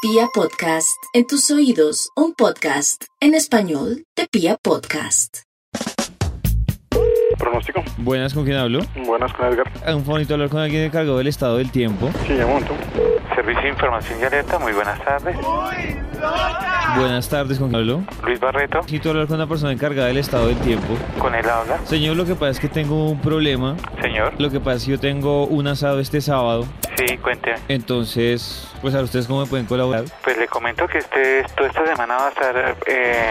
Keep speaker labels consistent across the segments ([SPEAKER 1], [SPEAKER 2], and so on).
[SPEAKER 1] Pia Podcast, en tus oídos, un podcast en español de Pia Podcast.
[SPEAKER 2] Pronóstico.
[SPEAKER 3] Buenas, ¿con quién hablo?
[SPEAKER 2] Buenas con Edgar.
[SPEAKER 3] Un bonito hablar con alguien encargado del estado del tiempo.
[SPEAKER 2] Sí, ya momento.
[SPEAKER 4] Servicio de Información y Alerta, muy buenas tardes.
[SPEAKER 3] Buenas tardes, ¿con quién hablo?
[SPEAKER 4] Luis Barreto,
[SPEAKER 3] Necesito hablar con una persona encargada del estado del tiempo.
[SPEAKER 4] con él habla.
[SPEAKER 3] Señor, lo que pasa es que tengo un problema.
[SPEAKER 4] Señor,
[SPEAKER 3] Lo que pasa es que yo tengo un asado este sábado.
[SPEAKER 4] sí, cuente.
[SPEAKER 3] Entonces, pues a ustedes cómo me pueden colaborar.
[SPEAKER 4] Pues le comento que este, toda esta semana va a estar, eh,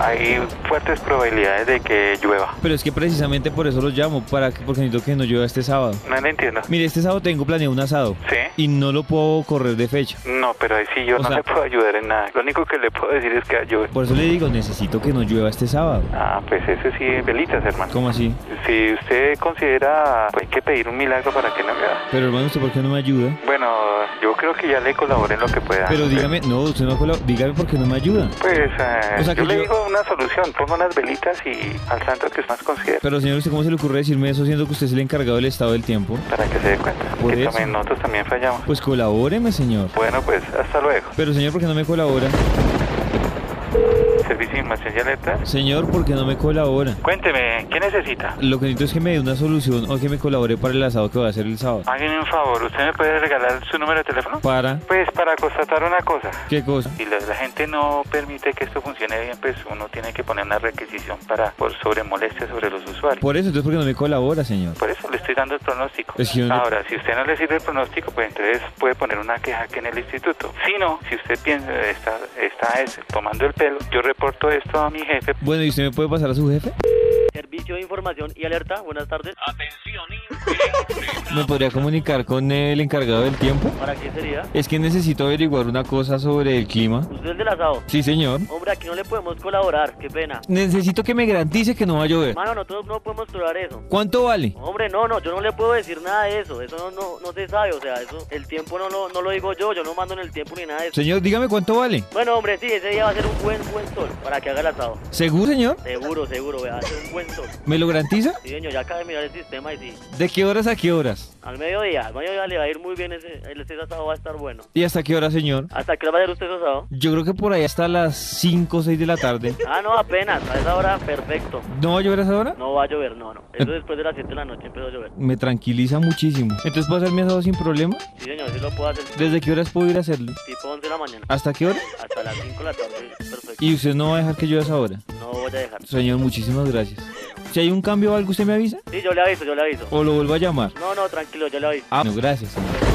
[SPEAKER 4] hay fuertes probabilidades de que llueva.
[SPEAKER 3] Pero es que precisamente por eso los llamo, para que, porque necesito que no llueva este sábado.
[SPEAKER 4] No le entiendo.
[SPEAKER 3] Mire, este sábado tengo planeado un asado
[SPEAKER 4] ¿Sí?
[SPEAKER 3] y no lo puedo correr de fecha.
[SPEAKER 4] No, pero ahí sí yo
[SPEAKER 3] O
[SPEAKER 4] no
[SPEAKER 3] sea-
[SPEAKER 4] le puedo ayudar en nada. Lo único que le puedo decir es que llueve.
[SPEAKER 3] Por eso le digo, necesito que no llueva este sábado.
[SPEAKER 4] Ah, pues ese sí, velitas, hermano.
[SPEAKER 3] ¿Cómo así?
[SPEAKER 4] Si usted considera, pues hay que pedir un milagro para que no llueva.
[SPEAKER 3] Pero hermano, ¿usted por qué no me ayuda?
[SPEAKER 4] Bueno, yo creo que ya le colaboré en lo que pueda.
[SPEAKER 3] Pero dígame, no, usted no colabora, dígame por qué no me ayuda.
[SPEAKER 4] Pues eh,
[SPEAKER 3] O sea que
[SPEAKER 4] yo le
[SPEAKER 3] yo-
[SPEAKER 4] digo una solución, ponga unas velitas y al santo que más considera
[SPEAKER 3] Pero señor, ¿usted cómo se le ocurre decirme eso siendo que usted es el encargado del estado del tiempo?
[SPEAKER 4] para que se dé cuenta
[SPEAKER 3] Por
[SPEAKER 4] que
[SPEAKER 3] eso.
[SPEAKER 4] también nosotros también fallamos.
[SPEAKER 3] Pues colabóreme, señor.
[SPEAKER 4] Bueno, pues hasta luego.
[SPEAKER 3] Pero señor, ¿por qué no me colabora?
[SPEAKER 4] Servicio de Información y Alerta.
[SPEAKER 3] Señor, ¿por qué no me colabora?
[SPEAKER 4] Cuénteme, ¿qué necesita?
[SPEAKER 3] Lo que necesito es que me dé una solución o que me colabore para el asado que voy a hacer el sábado.
[SPEAKER 4] Hágame un favor, ¿usted me puede regalar su número de teléfono?
[SPEAKER 3] ¿Para
[SPEAKER 4] Pues para constatar una cosa.
[SPEAKER 3] qué cosa?
[SPEAKER 4] Si la, la gente no permite que esto funcione bien, pues uno tiene que poner una requisición para por sobre molestia sobre los usuarios.
[SPEAKER 3] Por eso, entonces, ¿por qué no me colabora, señor?
[SPEAKER 4] Por eso le estoy dando el pronóstico.
[SPEAKER 3] Es que yo no-
[SPEAKER 4] Ahora, si usted no le sirve el pronóstico, pues entonces puede poner una queja aquí en el instituto. Si no, si usted piensa, está, está es, tomando el pelo, yo reporto esto a mi jefe.
[SPEAKER 3] Bueno, ¿y usted me puede pasar a su jefe?
[SPEAKER 5] Servicio de Información y Alerta, buenas tardes. Ah,
[SPEAKER 3] ¿Me podría comunicar con el encargado del tiempo?
[SPEAKER 5] ¿Para qué sería?
[SPEAKER 3] Es que necesito averiguar una cosa sobre el clima.
[SPEAKER 5] Usted es del asado.
[SPEAKER 3] Sí, señor.
[SPEAKER 5] Hombre, aquí no le podemos colaborar, qué pena.
[SPEAKER 3] Necesito que me garantice que no va a llover.
[SPEAKER 5] Mano, nosotros no podemos tolerar eso.
[SPEAKER 3] ¿Cuánto vale?
[SPEAKER 5] Hombre, no, no, yo no le puedo decir nada de eso. Eso no, no, no se sabe, o sea, eso, el tiempo no, lo- no lo digo yo, yo no mando en el tiempo ni nada de eso.
[SPEAKER 3] Señor, dígame cuánto vale.
[SPEAKER 5] Bueno, hombre, sí, ese día va a ser un buen, buen sol para que haga el asado.
[SPEAKER 3] ¿Seguro, señor?
[SPEAKER 5] Seguro, seguro, vea, va a ser un buen sol.
[SPEAKER 3] ¿Me lo garantiza?
[SPEAKER 5] Sí, señor, ya acaba de mirar el sistema y sí.
[SPEAKER 3] ¿De qué horas a qué horas?
[SPEAKER 5] Al mediodía, al mediodía le va a ir muy bien ese, ese asado, va a estar bueno.
[SPEAKER 3] ¿Y hasta qué hora, señor?
[SPEAKER 5] ¿Hasta qué hora va a ser usted su asado?
[SPEAKER 3] Yo creo que por ahí hasta las 5 o 6 de la tarde.
[SPEAKER 5] Ah, no, apenas, a esa hora, perfecto.
[SPEAKER 3] ¿No va a llover a esa hora?
[SPEAKER 5] No va a llover, no, no. Eso después de las 7 de la noche empezó a llover.
[SPEAKER 3] Me tranquiliza muchísimo. Entonces puedo hacer mi asado sin problema.
[SPEAKER 5] Sí, señor, sí lo puedo hacer
[SPEAKER 3] ¿Desde qué horas puedo ir a hacerlo?
[SPEAKER 5] tipo 11 de la mañana
[SPEAKER 3] ¿Hasta qué hora?
[SPEAKER 5] hasta las 5 de la tarde. Perfecto.
[SPEAKER 3] Y usted no va a dejar que llueva a esa hora.
[SPEAKER 5] No voy a dejar.
[SPEAKER 3] Señor, muchísimas gracias. Si hay un cambio o algo, ¿usted me avisa?
[SPEAKER 5] Sí, yo le aviso, yo le aviso.
[SPEAKER 3] ¿O lo vuelvo a llamar?
[SPEAKER 5] No, no, tranquilo, yo le aviso.
[SPEAKER 3] Ah, no, gracias. señor.